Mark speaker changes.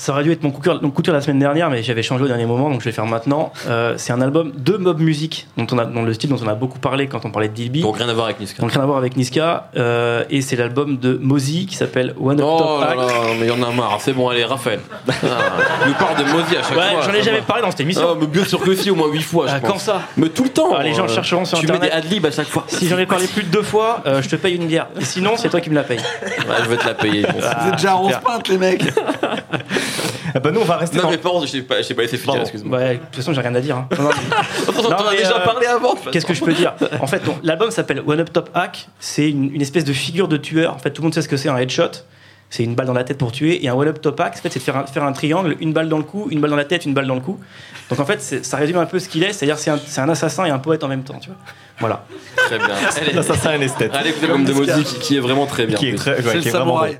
Speaker 1: Ça aurait dû être mon coup de cœur, mon coup de cœur de la semaine dernière, mais j'avais changé au dernier moment, donc je vais le faire maintenant. Euh, c'est un album de Mob Music, dont, on a, dont le style dont on a beaucoup parlé quand on parlait de DB.
Speaker 2: Donc rien à voir avec Niska.
Speaker 1: Donc rien à voir avec Niska. euh, et c'est l'album de Mozi qui s'appelle One Up
Speaker 2: Oh
Speaker 1: Top
Speaker 2: là
Speaker 1: Act.
Speaker 2: là, mais il y en a marre. C'est bon, allez, Raphaël. Ah, il nous parle de Mozi à chaque
Speaker 1: Ouais,
Speaker 2: fois.
Speaker 1: j'en ai
Speaker 2: ça
Speaker 1: jamais
Speaker 2: va.
Speaker 1: parlé dans cette émission.
Speaker 2: Ah, mais bien sûr que si, au moins 8 fois. je
Speaker 1: Ah,
Speaker 2: pense.
Speaker 1: quand ça
Speaker 2: Mais tout le temps. euh,
Speaker 1: Ah, les gens le chercheront sur
Speaker 2: tu
Speaker 1: Internet.
Speaker 2: Tu mets des adlibs à chaque fois.
Speaker 1: Si j'en ai parlé plus de deux fois, euh, je te paye une bière. Et sinon, c'est toi qui me la paye.
Speaker 2: Ouais, je vais te la payer. bon.
Speaker 1: Ah.
Speaker 3: Vous êtes
Speaker 4: Ah,
Speaker 3: déjà à 11
Speaker 1: super.
Speaker 3: pintes, les mecs.
Speaker 1: Ah bah nous, on va rester
Speaker 2: Non,
Speaker 1: dans...
Speaker 2: mais pardon, je t'ai pas, je t'ai pas laissé finir,
Speaker 1: Pardon.
Speaker 2: excuse-moi.
Speaker 1: Ouais, de toute façon, j'ai rien à dire. hein. Non, non, mais-
Speaker 2: on en
Speaker 1: Non,
Speaker 2: a
Speaker 1: mais,
Speaker 2: déjà
Speaker 1: euh,
Speaker 2: parlé avant. de toute
Speaker 1: Qu'est-ce que je peux dire En fait, non, l'album s'appelle One Up Top Hack. C'est une, une espèce de figure de tueur. En fait, tout le monde sait ce que c'est un headshot. C'est une balle dans la tête pour tuer. Et un One Up Top Hack, en fait, c'est de faire un, faire un triangle, une balle dans le cou, une balle dans la tête, une balle dans le cou. Donc en fait, c'est- ça résume un peu ce qu'il est. C'est-à-dire, c'est un, c'est un assassin et un poète en même temps. Tu vois voilà.
Speaker 2: façon. Très bien. Allez,
Speaker 4: L'assassin et l'esthète.
Speaker 2: Allez, écoutez comme de Mozi qui, qui est vraiment très bien.
Speaker 4: Qui est très. ouais,
Speaker 3: C'est le
Speaker 4: qui est vraiment
Speaker 3: samouraï.